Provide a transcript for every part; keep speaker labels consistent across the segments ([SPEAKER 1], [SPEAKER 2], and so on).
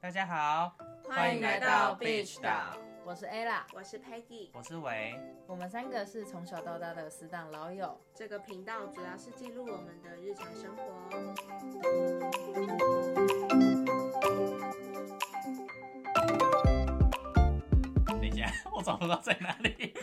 [SPEAKER 1] 大家好，
[SPEAKER 2] 欢迎来到 Beach 岛，
[SPEAKER 3] 我是 Ella，
[SPEAKER 2] 我是 Peggy。
[SPEAKER 1] 我是维。
[SPEAKER 3] 我们三个是从小到大的死党老友。
[SPEAKER 2] 这个频道主要是记录我们的日常生活。
[SPEAKER 1] 等一下， 我找不到在哪里。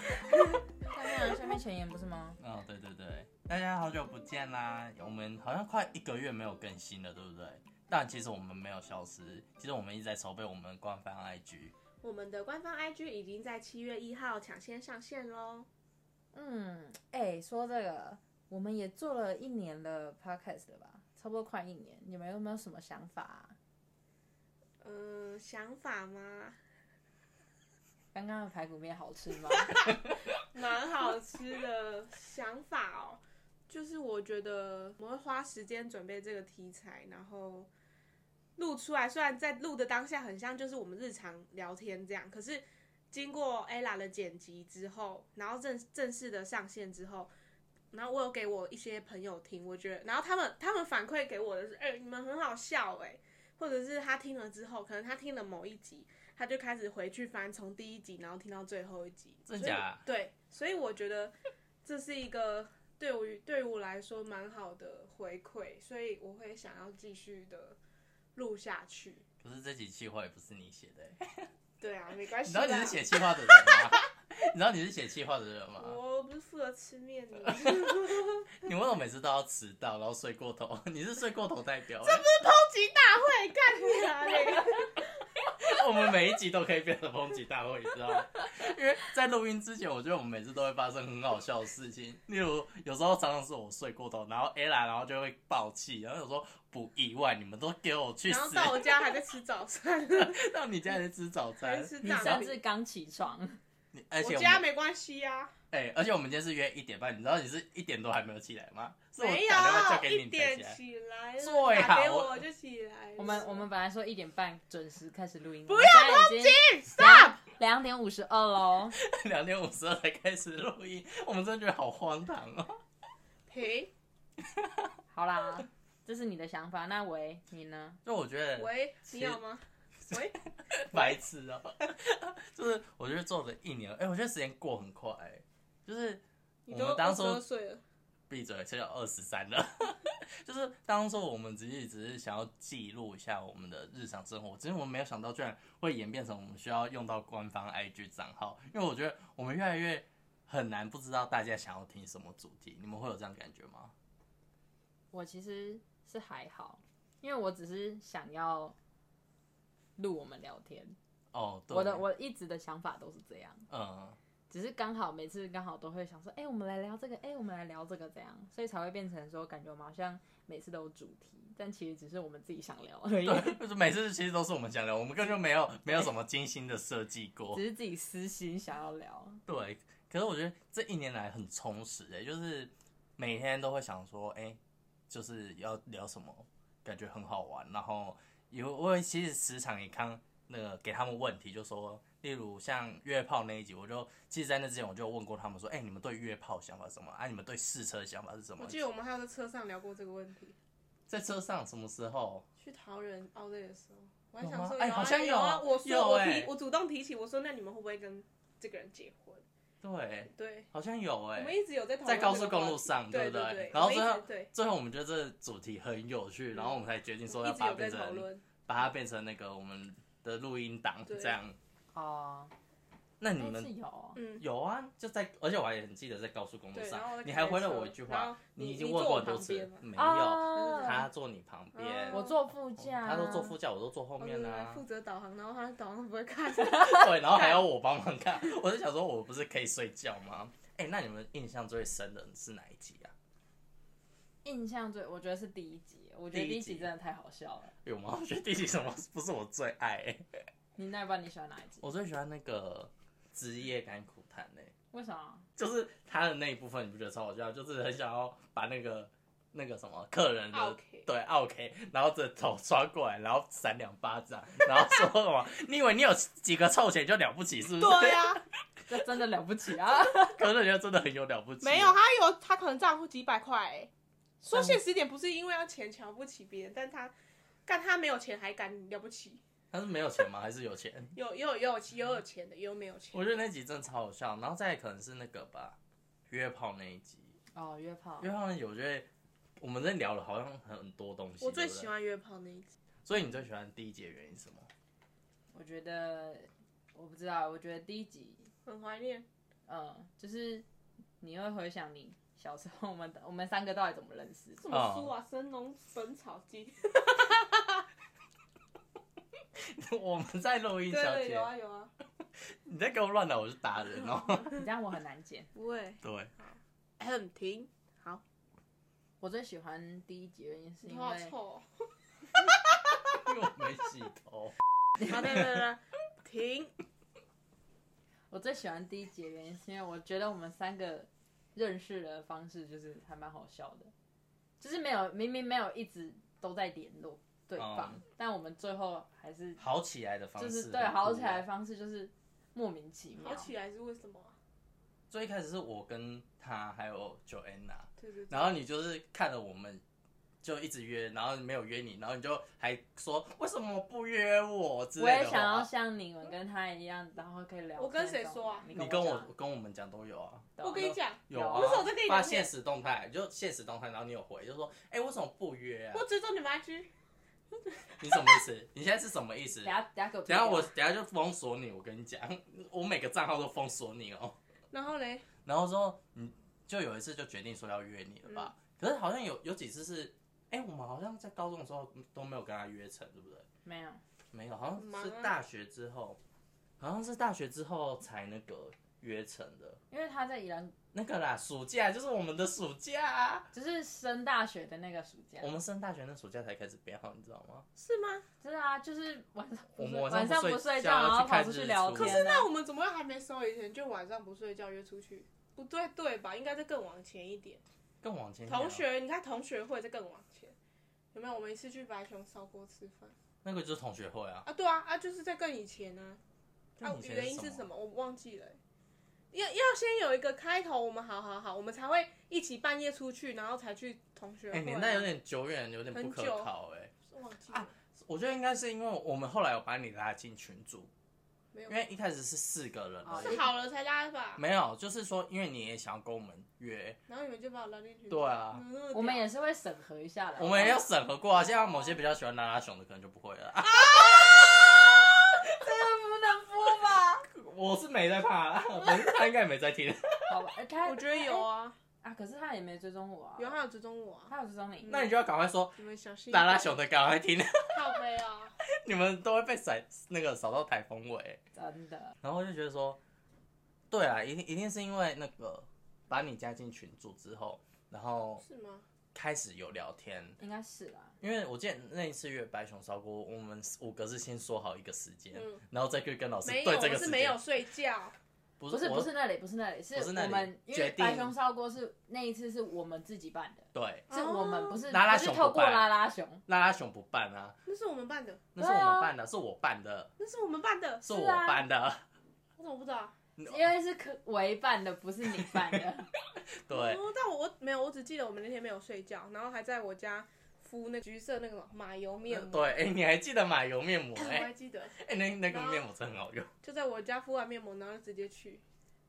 [SPEAKER 3] 下面下面前言不是吗？
[SPEAKER 1] 哦，对对对，大家好久不见啦！我们好像快一个月没有更新了，对不对？但其实我们没有消失，其实我们一直在筹备我们官方 IG。
[SPEAKER 2] 我们的官方 IG 已经在七月一号抢先上线喽。
[SPEAKER 3] 嗯，哎、说这个，我们也做了一年的 podcast 了吧，差不多快一年。你们有没有什么想法啊、
[SPEAKER 2] 嗯、想法吗？
[SPEAKER 3] 刚刚的排骨面好吃 吗？
[SPEAKER 2] 蛮好吃的想法哦，就是我觉得我们会花时间准备这个题材，然后录出来。虽然在录的当下很像就是我们日常聊天这样，可是经过 ella 的剪辑之后，然后正正式的上线之后。然后我有给我一些朋友听，我觉得，然后他们他们反馈给我的是，哎、你们很好笑哎、或者是他听了之后，可能他听了某一集，他就开始回去翻从第一集，然后听到最后一集，
[SPEAKER 1] 真假啊
[SPEAKER 2] 所以对，所以我觉得这是一个对我对我来说蛮好的回馈，所以我会想要继续的录下去。
[SPEAKER 1] 可是这集计划也不是你写的、 欸，
[SPEAKER 2] 对啊，没关
[SPEAKER 1] 你
[SPEAKER 2] 系
[SPEAKER 1] 知道
[SPEAKER 2] 啦。
[SPEAKER 1] 你是写啊计划的人吗？ 你知道你是写计划的人吗？
[SPEAKER 2] 我不是负责吃面的，
[SPEAKER 1] 你为什么每次都要迟到，然后睡过头？ 你是睡过头代表、欸。
[SPEAKER 2] 超级大会干你啊！那个
[SPEAKER 1] 我们每一集都可以变成抨击大会，你知道吗？ 因为在录音之前，我觉得我们每次都会发生很好笑的事情，例如有时候常常是我睡过头，然后 ella 然后就会爆气，然后有时候不意外，你们都给我 去
[SPEAKER 2] 然后
[SPEAKER 1] 死，
[SPEAKER 2] 到我家还在吃早餐，我
[SPEAKER 1] 到你家里 吃早
[SPEAKER 2] 还
[SPEAKER 1] 餐
[SPEAKER 2] 吃，
[SPEAKER 3] 你
[SPEAKER 2] 大
[SPEAKER 1] 然
[SPEAKER 3] 甚
[SPEAKER 1] 后
[SPEAKER 3] 至刚起床，
[SPEAKER 1] 你 而且我
[SPEAKER 2] 家
[SPEAKER 1] 们
[SPEAKER 2] 没关系啊呀、
[SPEAKER 1] 哎、而且我们今天是约一点半，你知道你是一点多还没有起来吗？是我打
[SPEAKER 2] 没
[SPEAKER 1] 电话叫
[SPEAKER 2] 有
[SPEAKER 1] 给你
[SPEAKER 2] 一
[SPEAKER 1] 你才起
[SPEAKER 2] 点
[SPEAKER 1] 来，
[SPEAKER 2] 起来
[SPEAKER 1] 最
[SPEAKER 2] 了，打给
[SPEAKER 1] 好
[SPEAKER 2] 啊我我就起来了。
[SPEAKER 3] 我们我们本来说一点半准时开始录音，
[SPEAKER 2] 不
[SPEAKER 3] 要攻击，stop，两点五十二喽。
[SPEAKER 1] 两点五十二才开始录音，我们真的觉得好荒唐哦、
[SPEAKER 2] 嘿，
[SPEAKER 3] 好啦，这是你的想法，那喂，你呢？
[SPEAKER 1] 就我觉得
[SPEAKER 2] 喂，
[SPEAKER 1] 其
[SPEAKER 2] 你
[SPEAKER 1] 实
[SPEAKER 2] 有吗？喂，
[SPEAKER 1] 白痴哦、 就是我觉得做了一年，哎、我觉得时间过很快、欸就是
[SPEAKER 2] 你
[SPEAKER 1] 我
[SPEAKER 2] 都
[SPEAKER 1] 们当
[SPEAKER 2] 22
[SPEAKER 1] 初
[SPEAKER 2] 岁了，
[SPEAKER 1] 闭嘴，这叫二十三了， 就是当初我们只是只是想要记录一下我们的日常生活，只是我们没有想到居然会演变成我们需要用到官方 IG 账号，因为我觉得我们越来越很难不知道大家想要听什么主题，你们会有这样感觉吗？
[SPEAKER 3] 我其实是还好，因为我只是想要录我们聊天。
[SPEAKER 1] 哦，对，
[SPEAKER 3] 我的我一直的想法都是这样，
[SPEAKER 1] 嗯，
[SPEAKER 3] 只是刚好每次刚好都会想说，哎、我们来聊这个，哎、我们来聊这个，这样，所以才会变成说，感觉我们好像每次都有主题，但其实只是我们自己想聊而已，
[SPEAKER 1] 对，就是每次其实都是我们想聊，我们根本就没有没有什么精心的设计过，
[SPEAKER 3] 只是自己私心想要聊。
[SPEAKER 1] 对，可是我觉得这一年来很充实诶、就是每天都会想说，哎、就是要聊什么，感觉很好玩。然后有我其实时常也看那个给他们问题，就说，例如像约炮那一集，我就其实，在那之前我就问过他们说，哎、你们对约炮想法是什么？啊，你们对试车想法是什
[SPEAKER 2] 我
[SPEAKER 1] 么？
[SPEAKER 2] 记得我们还有在车上聊过这个问题。
[SPEAKER 1] 在车上什么时候？
[SPEAKER 2] 去桃园奥莱的时候，我还
[SPEAKER 1] 有
[SPEAKER 2] 想
[SPEAKER 1] 吗
[SPEAKER 2] 说，
[SPEAKER 1] 哎
[SPEAKER 2] 有啊
[SPEAKER 1] 好像
[SPEAKER 2] 有啊。
[SPEAKER 1] 有
[SPEAKER 2] 我说
[SPEAKER 1] 有
[SPEAKER 2] 我
[SPEAKER 1] 哎
[SPEAKER 2] 提，我主动提起，我说那你们会不会跟这个人结婚？
[SPEAKER 1] 对，
[SPEAKER 2] 对，
[SPEAKER 1] 好像有
[SPEAKER 2] 我
[SPEAKER 1] 诶、
[SPEAKER 2] 们一直有在讨论
[SPEAKER 1] 在
[SPEAKER 2] 这个
[SPEAKER 1] 高
[SPEAKER 2] 话题，
[SPEAKER 1] 速公路上，
[SPEAKER 2] 对
[SPEAKER 1] 不
[SPEAKER 2] 对？
[SPEAKER 1] 然后
[SPEAKER 2] 我们
[SPEAKER 1] 最
[SPEAKER 2] 一
[SPEAKER 1] 后
[SPEAKER 2] 直对，
[SPEAKER 1] 最后我们觉得这主题很有趣，然后我们才决定说要
[SPEAKER 2] 一直
[SPEAKER 1] 把它
[SPEAKER 2] 有
[SPEAKER 1] 变
[SPEAKER 2] 在讨
[SPEAKER 1] 成
[SPEAKER 2] 论。
[SPEAKER 1] 把它变成那个我们的录音档
[SPEAKER 2] 对
[SPEAKER 1] 这样。
[SPEAKER 3] 哦，
[SPEAKER 1] 那你
[SPEAKER 3] 但是
[SPEAKER 1] 们
[SPEAKER 3] 有哦，
[SPEAKER 2] 嗯，
[SPEAKER 1] 有啊？就在，而且我还很记得在高速公路
[SPEAKER 2] 对，然后
[SPEAKER 1] 上
[SPEAKER 2] 我，在
[SPEAKER 1] 你
[SPEAKER 2] 开
[SPEAKER 1] 还回了
[SPEAKER 2] 车
[SPEAKER 1] 我一句
[SPEAKER 2] 然
[SPEAKER 1] 话
[SPEAKER 2] 后，
[SPEAKER 1] 你
[SPEAKER 2] 你
[SPEAKER 1] 已经
[SPEAKER 2] 你
[SPEAKER 1] 问过
[SPEAKER 2] 坐我
[SPEAKER 1] 很多
[SPEAKER 2] 旁
[SPEAKER 1] 次
[SPEAKER 2] 边吗，
[SPEAKER 1] 没有，
[SPEAKER 3] 哦
[SPEAKER 1] 他坐你旁边
[SPEAKER 2] 哦，
[SPEAKER 3] 我坐副驾，
[SPEAKER 1] 他都坐副驾，我都坐后面
[SPEAKER 2] 来
[SPEAKER 1] 啊
[SPEAKER 2] 负。责导航，然后他导航不会 看。
[SPEAKER 1] 对，然后 还要我帮忙看，我就想说，我不是可以睡觉吗？哎，那你们印象最深的是哪一集啊？
[SPEAKER 3] 印象最，我觉得是第一集，我觉得
[SPEAKER 1] 第一
[SPEAKER 3] 第一集
[SPEAKER 1] 集
[SPEAKER 3] 真的太好笑了。
[SPEAKER 1] 有吗？我觉得第一集什么 不是我最爱欸、
[SPEAKER 3] 你那一半你喜欢哪一集？
[SPEAKER 1] 我最喜欢那个职业甘苦谈诶、欸
[SPEAKER 3] 为什么？
[SPEAKER 1] 就是他的那一部分，你不觉得超好笑？就是很想要把那个那个什么客人的
[SPEAKER 2] OK
[SPEAKER 1] 对 OK，然后这头刷过来，然后扇两巴掌，然后说什么？ 你以为你有几个臭钱就了不起是不是？
[SPEAKER 2] 对啊呀、
[SPEAKER 3] 这真的了不起啊！
[SPEAKER 1] 可是人家真的很有了不起。
[SPEAKER 2] 没有，他有他可能账户几百块、欸。说现实一点，不是因为要钱瞧不起别人，但他干他没有钱还敢了不起，
[SPEAKER 1] 他是没有钱吗？还是有钱？
[SPEAKER 2] 有也有也有也有钱的，也有没有钱
[SPEAKER 1] 我。觉得那集真的超好笑，然后再来可能是那个吧，约炮那一集，
[SPEAKER 3] 哦，约炮
[SPEAKER 1] 约炮那集我觉得我们在聊了好像很多东西。
[SPEAKER 2] 我最
[SPEAKER 1] 对不对
[SPEAKER 2] 喜，欢约炮那一集，
[SPEAKER 1] 所以你最喜欢第一集的原因是什么？
[SPEAKER 3] 我觉得我不知道，我觉得第一集，
[SPEAKER 2] 很怀念。
[SPEAKER 3] 嗯，就是你会回想你小时候，我们我们三个到底怎么认识的？
[SPEAKER 2] 什么书啊，神农本草经》
[SPEAKER 1] 我们在录音
[SPEAKER 2] 对
[SPEAKER 1] 小
[SPEAKER 2] 对
[SPEAKER 1] 姐
[SPEAKER 2] 有，啊有啊，
[SPEAKER 1] 你在给我乱来，我是打人哦。
[SPEAKER 3] 你这样我很难剪。
[SPEAKER 2] 不会，
[SPEAKER 1] 对，
[SPEAKER 2] 很停，好，
[SPEAKER 3] 我最喜欢第一集原因是
[SPEAKER 2] 你
[SPEAKER 3] 因
[SPEAKER 2] 头好
[SPEAKER 3] 为
[SPEAKER 2] 臭、哦。
[SPEAKER 1] 因为我没洗头。
[SPEAKER 2] 好，啊对对对，停，
[SPEAKER 3] 我最喜欢第一集的原因是因为我觉得我们三个认识的方式就是还蛮好笑的，就是没有明明没有一直都在联络对方，
[SPEAKER 1] 嗯
[SPEAKER 3] 但我们最后还是
[SPEAKER 1] 好啊起来的方
[SPEAKER 3] 就
[SPEAKER 1] 式，
[SPEAKER 3] 是对
[SPEAKER 1] 很酷
[SPEAKER 3] 好起来的。方式就是莫名其妙
[SPEAKER 2] 好。起来是为什么啊？
[SPEAKER 1] 最一开始是我跟他还有 Joanna，
[SPEAKER 2] 对对对，
[SPEAKER 1] 然后你就是看了我们就一直约，然后没有约你，然后你就还说为什么不约我之
[SPEAKER 3] 我
[SPEAKER 1] 类
[SPEAKER 3] 也
[SPEAKER 1] 的
[SPEAKER 3] 想要
[SPEAKER 1] 话。
[SPEAKER 3] 像你们跟他一样，然后可以聊天那种。
[SPEAKER 2] 我跟谁说啊
[SPEAKER 1] 你
[SPEAKER 3] 你
[SPEAKER 1] 跟
[SPEAKER 3] 跟
[SPEAKER 1] 我
[SPEAKER 3] 我
[SPEAKER 1] 跟我们讲都有啊，
[SPEAKER 3] 讲，
[SPEAKER 2] 我跟你讲，
[SPEAKER 1] 有啊。
[SPEAKER 2] 那时候我在跟你聊
[SPEAKER 1] 发
[SPEAKER 2] 天
[SPEAKER 1] 现实动态，就现实动态，然后你有回，就说哎、为什么不约啊
[SPEAKER 2] 我？追踪你们 IG，
[SPEAKER 1] 你什么意思？你现在是什么意思
[SPEAKER 3] 等？下等下给我，
[SPEAKER 1] 等一下我等一下就封锁你，我跟你讲，我每个账号都封锁你哦。
[SPEAKER 2] 然后嘞，
[SPEAKER 1] 然后说，嗯，就有一次就决定说要约你了
[SPEAKER 2] 嗯
[SPEAKER 1] 吧？可是好像有有几次是，哎、我们好像在高中的时候都没有跟他约成，对不对？
[SPEAKER 3] 没有，
[SPEAKER 1] 没有，好
[SPEAKER 2] 很
[SPEAKER 1] 像
[SPEAKER 2] 忙
[SPEAKER 1] 是
[SPEAKER 2] 啊
[SPEAKER 1] 大学之后，好像是大学之后才那个约成的。
[SPEAKER 3] 因为他在宜兰，
[SPEAKER 1] 那个啦，暑假就是我们的暑假、啊，
[SPEAKER 3] 就是升大学的那个暑假
[SPEAKER 1] 我，们升大学那暑假才开始变好，你知道吗？
[SPEAKER 2] 是吗？
[SPEAKER 3] 是啊，就是晚上不
[SPEAKER 1] 我
[SPEAKER 3] 睡
[SPEAKER 1] 们晚上
[SPEAKER 3] 晚上
[SPEAKER 1] 不
[SPEAKER 3] 不
[SPEAKER 1] 睡
[SPEAKER 3] 睡
[SPEAKER 1] 觉
[SPEAKER 3] 觉，然后跑
[SPEAKER 1] 去看
[SPEAKER 3] 出去
[SPEAKER 1] 日
[SPEAKER 3] 聊
[SPEAKER 1] 出
[SPEAKER 3] 天啊。
[SPEAKER 1] 可
[SPEAKER 2] 可是那我们怎么会还没收以前就晚上不睡觉约出去？不对，对吧？应该再更往前一点。
[SPEAKER 1] 更往前一点啊
[SPEAKER 2] 同学，你看同学会再更往前，有没有？我们一次去白熊烧锅吃饭
[SPEAKER 1] 那个就是同学会啊，
[SPEAKER 2] 啊？对啊，啊，就是在更以前呢、啊。啊
[SPEAKER 1] 更以，前
[SPEAKER 2] 原因是
[SPEAKER 1] 什
[SPEAKER 2] 什
[SPEAKER 1] 么？
[SPEAKER 2] 么？我忘记了欸、要要先有一个开头，我们好好好，我们才会一起半夜出去，然后才去同学
[SPEAKER 1] 哎、
[SPEAKER 2] 会啊。
[SPEAKER 1] 年代有点久远，有点不
[SPEAKER 2] 很
[SPEAKER 1] 可
[SPEAKER 2] 久
[SPEAKER 1] 靠哎、
[SPEAKER 2] 忘记了，
[SPEAKER 1] 我觉得应该是因为我们后来有把你拉进群组，
[SPEAKER 2] 没有
[SPEAKER 1] 因，为一开始是四个人而
[SPEAKER 3] 哦
[SPEAKER 1] 已
[SPEAKER 2] 是，好了才拉吧。
[SPEAKER 1] 没有，就是说因为你也想要跟我们约，
[SPEAKER 2] 然后你们就把我拉进去。
[SPEAKER 1] 对啊
[SPEAKER 2] 怎么那么屌
[SPEAKER 3] 我们也是会审核一下的。
[SPEAKER 2] 哦
[SPEAKER 1] 我们也要审核过啊。现在某些比较喜欢拉拉熊的可能就不会了。 啊、
[SPEAKER 3] 这个不能播吧？
[SPEAKER 1] 我是没在怕啦，反正他应该也没在听。
[SPEAKER 3] 好吧，呃 他
[SPEAKER 2] 我觉得有
[SPEAKER 3] 啊
[SPEAKER 2] 啊，
[SPEAKER 3] 可是他也没追踪我啊。
[SPEAKER 2] 有还有追踪我啊，
[SPEAKER 3] 他有追踪你，
[SPEAKER 1] 那你就要赶快说
[SPEAKER 2] 你们小心一点。
[SPEAKER 1] 拉拉熊的赶快听，
[SPEAKER 2] 靠背啊，
[SPEAKER 1] 你们都会被甩那个扫到台风尾。
[SPEAKER 3] 真的
[SPEAKER 1] 然后就觉得说，对啊，一定一定是因为那个把你加进群组之后，然后
[SPEAKER 2] 是吗？
[SPEAKER 1] 开始有聊天，
[SPEAKER 3] 应该是啦。
[SPEAKER 1] 因为我记得那一次约白熊烧锅，我们五个是先说好一个时间，
[SPEAKER 2] 嗯
[SPEAKER 1] 然后再去跟老师
[SPEAKER 2] 没
[SPEAKER 1] 对
[SPEAKER 2] 有，
[SPEAKER 1] 这
[SPEAKER 2] 我
[SPEAKER 1] 个
[SPEAKER 2] 是
[SPEAKER 1] 时
[SPEAKER 2] 没有
[SPEAKER 1] 间。
[SPEAKER 2] 睡觉，
[SPEAKER 1] 不
[SPEAKER 3] 不是
[SPEAKER 1] 我
[SPEAKER 3] 不是那里，不是那里，是
[SPEAKER 1] 不是那里
[SPEAKER 3] 我们因
[SPEAKER 1] 决
[SPEAKER 3] 为
[SPEAKER 1] 定
[SPEAKER 3] 白熊烧锅是那一次是我们自己办的，
[SPEAKER 1] 对
[SPEAKER 3] 是我
[SPEAKER 2] 哦
[SPEAKER 3] 们不是
[SPEAKER 1] 拉拉
[SPEAKER 3] 不
[SPEAKER 1] 熊
[SPEAKER 3] 是
[SPEAKER 1] 不
[SPEAKER 3] 透过
[SPEAKER 1] 办
[SPEAKER 3] 拉拉熊，
[SPEAKER 1] 拉拉熊不办啊，
[SPEAKER 2] 那是我们办的，
[SPEAKER 1] 那是我们办的，是我办的，
[SPEAKER 2] 那是我们办的，
[SPEAKER 1] 是我办的，
[SPEAKER 2] 我怎么不知道？啊
[SPEAKER 3] 因为是可为办的，不是你办 的。
[SPEAKER 1] 对，
[SPEAKER 2] 哦，但我我没有，我只记得我们那天没有睡觉，然后还在我家敷那个橘色那个马油面膜，
[SPEAKER 1] 对，哎、你还记得买油面膜？
[SPEAKER 2] 我
[SPEAKER 1] 哎、
[SPEAKER 2] 还记得，
[SPEAKER 1] 哎、那那个
[SPEAKER 2] 然后
[SPEAKER 1] 面膜真的很好用。
[SPEAKER 2] 就在我家敷完面膜，然后就直接去，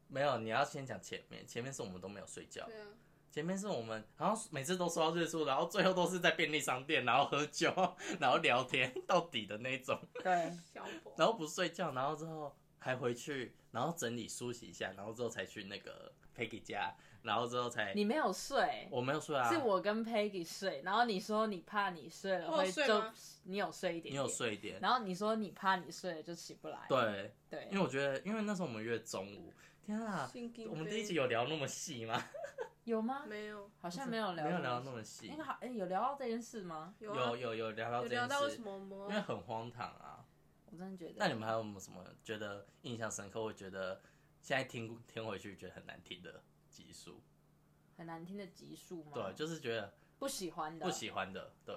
[SPEAKER 1] 没有，你要先讲前面，前面是我们都没有睡觉，
[SPEAKER 2] 对啊，
[SPEAKER 1] 前面是我们好像每次都说到日出，然后最后都是在便利商店，然后喝酒，然后聊天到底的那种。
[SPEAKER 3] 对，
[SPEAKER 2] 小博，
[SPEAKER 1] 然后不睡觉，然后之后还回去，然后整理梳洗一下，然后之后才去那个 Peggy 家，然后之后才
[SPEAKER 3] 你没有睡，
[SPEAKER 1] 我没有睡啊，
[SPEAKER 3] 是我跟 Peggy 睡，然后你说你怕你睡了
[SPEAKER 2] 我有
[SPEAKER 3] 会
[SPEAKER 2] 睡
[SPEAKER 3] 就
[SPEAKER 2] 吗
[SPEAKER 3] 你有睡一点，
[SPEAKER 1] 你有，睡一点，
[SPEAKER 3] 然后你说你怕你睡了就起不来，
[SPEAKER 1] 对，
[SPEAKER 3] 对
[SPEAKER 1] 因为我觉得因为那时候我们约中午，天啊，
[SPEAKER 2] 心惊
[SPEAKER 1] 我们
[SPEAKER 2] 悲
[SPEAKER 1] 第一集有聊那么细吗？
[SPEAKER 3] 有吗？
[SPEAKER 2] 没有，
[SPEAKER 3] 好像没有聊，
[SPEAKER 1] 没有聊那么细
[SPEAKER 3] 那，个好，哎、有聊到这件事吗？
[SPEAKER 2] 有啊，
[SPEAKER 1] 有有有聊到
[SPEAKER 2] 有
[SPEAKER 1] 这
[SPEAKER 2] 聊到
[SPEAKER 1] 件
[SPEAKER 2] 为
[SPEAKER 1] 事，
[SPEAKER 2] 什么我
[SPEAKER 1] 因为
[SPEAKER 2] 们
[SPEAKER 1] 很荒唐啊。
[SPEAKER 3] 我真的觉得。
[SPEAKER 1] 那你们还有没有什么觉得印象深刻？我觉得现在听听回去觉得很难听的集数，
[SPEAKER 3] 很难听的集数吗？
[SPEAKER 1] 对，就是觉得
[SPEAKER 3] 不喜哦欢的，
[SPEAKER 1] 不喜欢的，对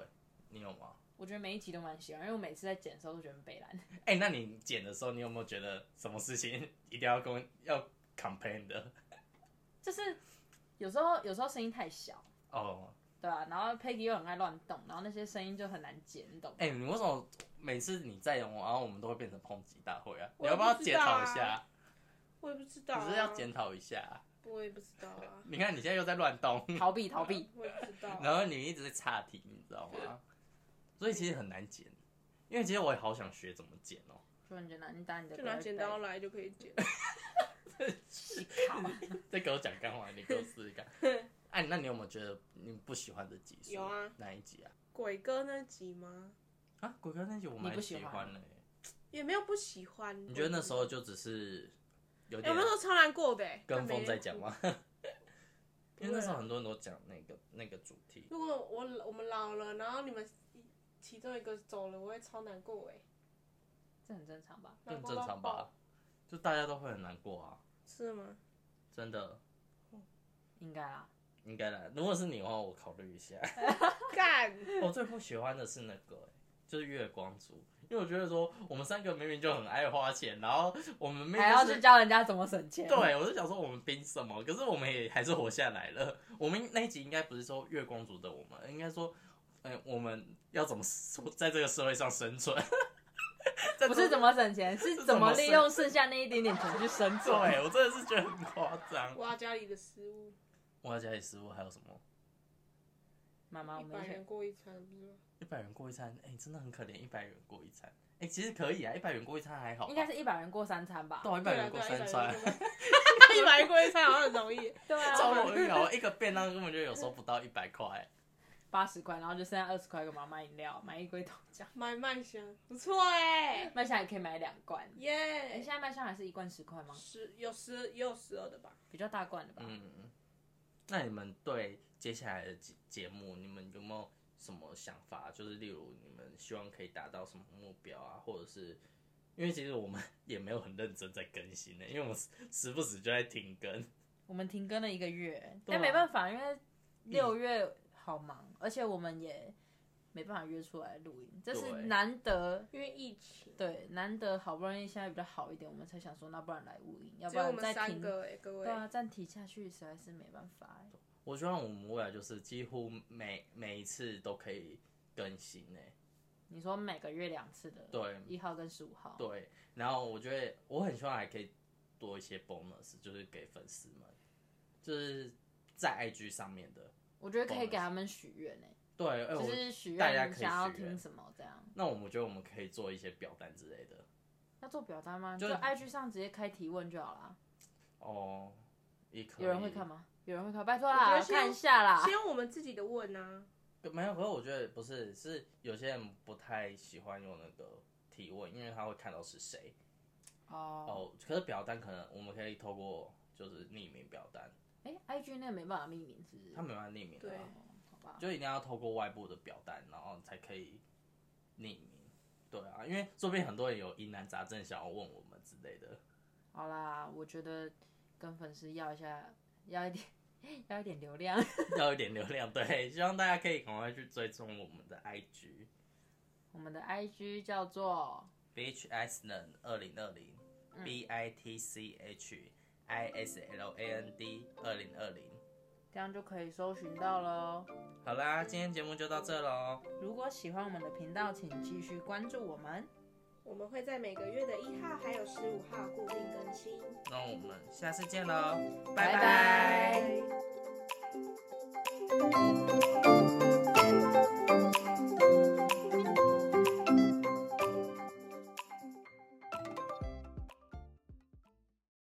[SPEAKER 1] 你有吗？
[SPEAKER 3] 我觉得每一集都蛮喜欢，因为我每次在剪的时候都觉得很北蓝。
[SPEAKER 1] 哎、那你剪的时候，你有没有觉得什么事情 一定要跟要 complain 的？
[SPEAKER 3] 就是有时候有时候声音太小，
[SPEAKER 1] 哦，
[SPEAKER 3] 对吧、然后 Peggy 又很爱乱动，然后那些声音就很难剪，你懂吗？
[SPEAKER 1] 哎、你为什么每次你在我，然后我们都会变成抨击大会啊？你
[SPEAKER 2] 我
[SPEAKER 1] 要
[SPEAKER 2] 也
[SPEAKER 1] 不
[SPEAKER 2] 不
[SPEAKER 1] 要
[SPEAKER 2] 知
[SPEAKER 1] 检
[SPEAKER 2] 道
[SPEAKER 1] 讨
[SPEAKER 2] 啊
[SPEAKER 1] 一下？
[SPEAKER 2] 我也不知道、啊，
[SPEAKER 1] 只是要检讨一下啊、
[SPEAKER 2] 我也不知道 啊，
[SPEAKER 1] 你看你现在又在乱动，
[SPEAKER 3] 逃避逃避，
[SPEAKER 2] 我也不知道、
[SPEAKER 1] 然后你一直在岔题，你知道吗？所以其实很难剪，因为其实我也好想学怎么剪哦、
[SPEAKER 3] 就很简单，你打你的
[SPEAKER 2] 就拿剪刀
[SPEAKER 3] 了，
[SPEAKER 2] 来就可以 剪。
[SPEAKER 1] 再给我讲干话，你给我试一看。 哎、那你有没有觉得你不喜欢的集数？
[SPEAKER 2] 有啊，
[SPEAKER 1] 哪一集啊？
[SPEAKER 2] 鬼哥那集吗？
[SPEAKER 1] 啊，鬼哥那集我
[SPEAKER 3] 你
[SPEAKER 1] 蛮
[SPEAKER 3] 不
[SPEAKER 1] 喜
[SPEAKER 3] 喜欢
[SPEAKER 1] 欢
[SPEAKER 2] 啊
[SPEAKER 1] 的、
[SPEAKER 2] 也没有不喜欢。
[SPEAKER 1] 你觉得那时候就只是有
[SPEAKER 2] 哎、我
[SPEAKER 1] 点
[SPEAKER 2] 那时候超难过的、欸，
[SPEAKER 1] 跟
[SPEAKER 2] 但
[SPEAKER 1] 风
[SPEAKER 2] 没
[SPEAKER 1] 在讲 吗？因为那时
[SPEAKER 2] 啊
[SPEAKER 1] 候很多人都讲那个那个主题，
[SPEAKER 2] 如果我我们老了，然后你们其中一个走了，我会超难过哎、
[SPEAKER 3] 这很正常吧？
[SPEAKER 1] 这很
[SPEAKER 2] 难过
[SPEAKER 1] 正
[SPEAKER 2] 到
[SPEAKER 1] 常
[SPEAKER 2] 爆
[SPEAKER 1] 吧？？就大家都会很难过啊，
[SPEAKER 2] 是吗？
[SPEAKER 1] 真的
[SPEAKER 3] 应该啊，
[SPEAKER 1] 应该的。如果是你的话，我考虑一下。
[SPEAKER 2] 干，
[SPEAKER 1] 我最不喜欢的是那个、欸就是月光族，因为我觉得说我们三个明明就很爱花钱，然后我们明
[SPEAKER 3] 还要
[SPEAKER 1] 明、就
[SPEAKER 3] 去
[SPEAKER 1] 是。
[SPEAKER 3] 教人家怎么省钱。，
[SPEAKER 1] 对，我就想说我们凭什么？可是我们也还是活下来了。我们那一集应该不是说月光族的我们，应该说，哎、我们要怎么在这个社会上生存？ 在
[SPEAKER 3] 不是
[SPEAKER 1] 这
[SPEAKER 3] 怎么省钱，是怎么利用剩下那一点点钱去生存。
[SPEAKER 1] 对我真的是觉得很夸张。
[SPEAKER 2] 挖家里的食物，
[SPEAKER 1] 我家里食物还有什么？
[SPEAKER 3] 妈妈，我
[SPEAKER 2] 一
[SPEAKER 3] 们
[SPEAKER 2] 百
[SPEAKER 3] 一起
[SPEAKER 2] 元过一餐，不是吗？
[SPEAKER 1] 一百元过一餐，哎、真的很可怜。一百元过一餐，哎、其实可以啊，一百元过一餐还好吧。啊
[SPEAKER 3] 应该是一啊百元过三餐吧？
[SPEAKER 1] 到一百元过三餐，
[SPEAKER 2] 啊一百元过一餐好像很容易。
[SPEAKER 3] 对
[SPEAKER 1] 超
[SPEAKER 3] 啊，
[SPEAKER 1] 容易哦，一个便当根本就有时候不到一百块。
[SPEAKER 3] 八十块，然后就剩下二十块给妈妈买饮料，买一龟头酱，
[SPEAKER 2] 买麦香不错哎、
[SPEAKER 3] 麦香也可以买两罐。哎，
[SPEAKER 2] 耶、
[SPEAKER 3] 现在麦香还是一罐十块吗？
[SPEAKER 2] 十有十也有十二的吧？
[SPEAKER 3] 比较大罐的吧？
[SPEAKER 1] 嗯，那你们对接下来的节节目，你们有没有什么想法？就是例如你们希望可以达到什么目标啊，或者是因为其实我们也没有很认真在更新欸 呢、因为我们时时不时就在停更。
[SPEAKER 3] 我们停更了一个月，
[SPEAKER 1] 对啊
[SPEAKER 3] 但没办法，因为六月好忙，而且我们也没办法约出来录音，这是
[SPEAKER 1] 对
[SPEAKER 3] 难得。
[SPEAKER 2] 因为疫情。
[SPEAKER 3] 对，难得好不容易现在比较好一点，我们才想说，那不然来录音，要
[SPEAKER 2] 只
[SPEAKER 3] 啊不
[SPEAKER 2] 有我
[SPEAKER 3] 然
[SPEAKER 2] 们
[SPEAKER 3] 再
[SPEAKER 2] 三
[SPEAKER 3] 停。
[SPEAKER 2] 个哎、各位
[SPEAKER 3] 对，啊，暂停下去实在是没办法欸。
[SPEAKER 1] 我希望我们未来就是几乎每每一次都可以更新呢、
[SPEAKER 3] 你说每个月两次的，
[SPEAKER 1] 对
[SPEAKER 3] 一号跟十五号，
[SPEAKER 1] 对，然后我觉得我很希望还可以多一些 bonus，就是给粉丝们，就是在 IG 上面的。
[SPEAKER 3] 我觉得可以给他们许愿呢，欸
[SPEAKER 1] 对，哎、我
[SPEAKER 3] 就是许
[SPEAKER 1] 大家
[SPEAKER 3] 愿
[SPEAKER 1] 可
[SPEAKER 3] 你
[SPEAKER 1] 以
[SPEAKER 3] 想要
[SPEAKER 1] 许愿
[SPEAKER 3] 听什么这样。
[SPEAKER 1] 那我们觉得我们可以做一些表单之类的。
[SPEAKER 3] 要做表单吗？
[SPEAKER 1] 就
[SPEAKER 3] 就 IG 上直接开提问就好啦。
[SPEAKER 1] 哦，也可以。
[SPEAKER 3] 有人会看？吗？有人会看，拜托
[SPEAKER 2] 我觉
[SPEAKER 3] 啦，
[SPEAKER 2] 得
[SPEAKER 3] 我
[SPEAKER 2] 先
[SPEAKER 3] 看一下啦。
[SPEAKER 2] 先我们自己的问啊，
[SPEAKER 1] 没有，可是我觉得不是，是有些人不太喜欢用那个提问，因为他会看到是谁。
[SPEAKER 3] 哦，
[SPEAKER 1] 哦，可是表单可能我们可以透过就是匿名表单，
[SPEAKER 3] 哎，IG 那个没办法匿名，是不是？
[SPEAKER 1] 他没办法匿名
[SPEAKER 2] 对
[SPEAKER 1] 啊，
[SPEAKER 3] 哦好吧，
[SPEAKER 1] 就一定要透过外部的表单，然后才可以匿名。对啊，因为说不定很多人有疑难杂症想要问我们之类的。
[SPEAKER 3] 好啦，我觉得跟粉丝要一下，要一点， 要一点流量。
[SPEAKER 1] 要一点流量，对，希望大家可以赶快去追踪我们的 IG
[SPEAKER 3] 我们的 IG 叫做
[SPEAKER 1] Beach Iceland 二零二零 B I T C H I S L A N D 二零二零。
[SPEAKER 3] 这样就可以搜寻到喽。
[SPEAKER 1] 好啦，今天节目就到这喽，
[SPEAKER 3] 如果喜欢我们的频道，请继续关注我们。
[SPEAKER 2] 我们会在每个月的一号还有十五号固定更新。
[SPEAKER 1] 那我们下次见喽，拜
[SPEAKER 3] 拜
[SPEAKER 1] 拜
[SPEAKER 3] 拜
[SPEAKER 2] 拜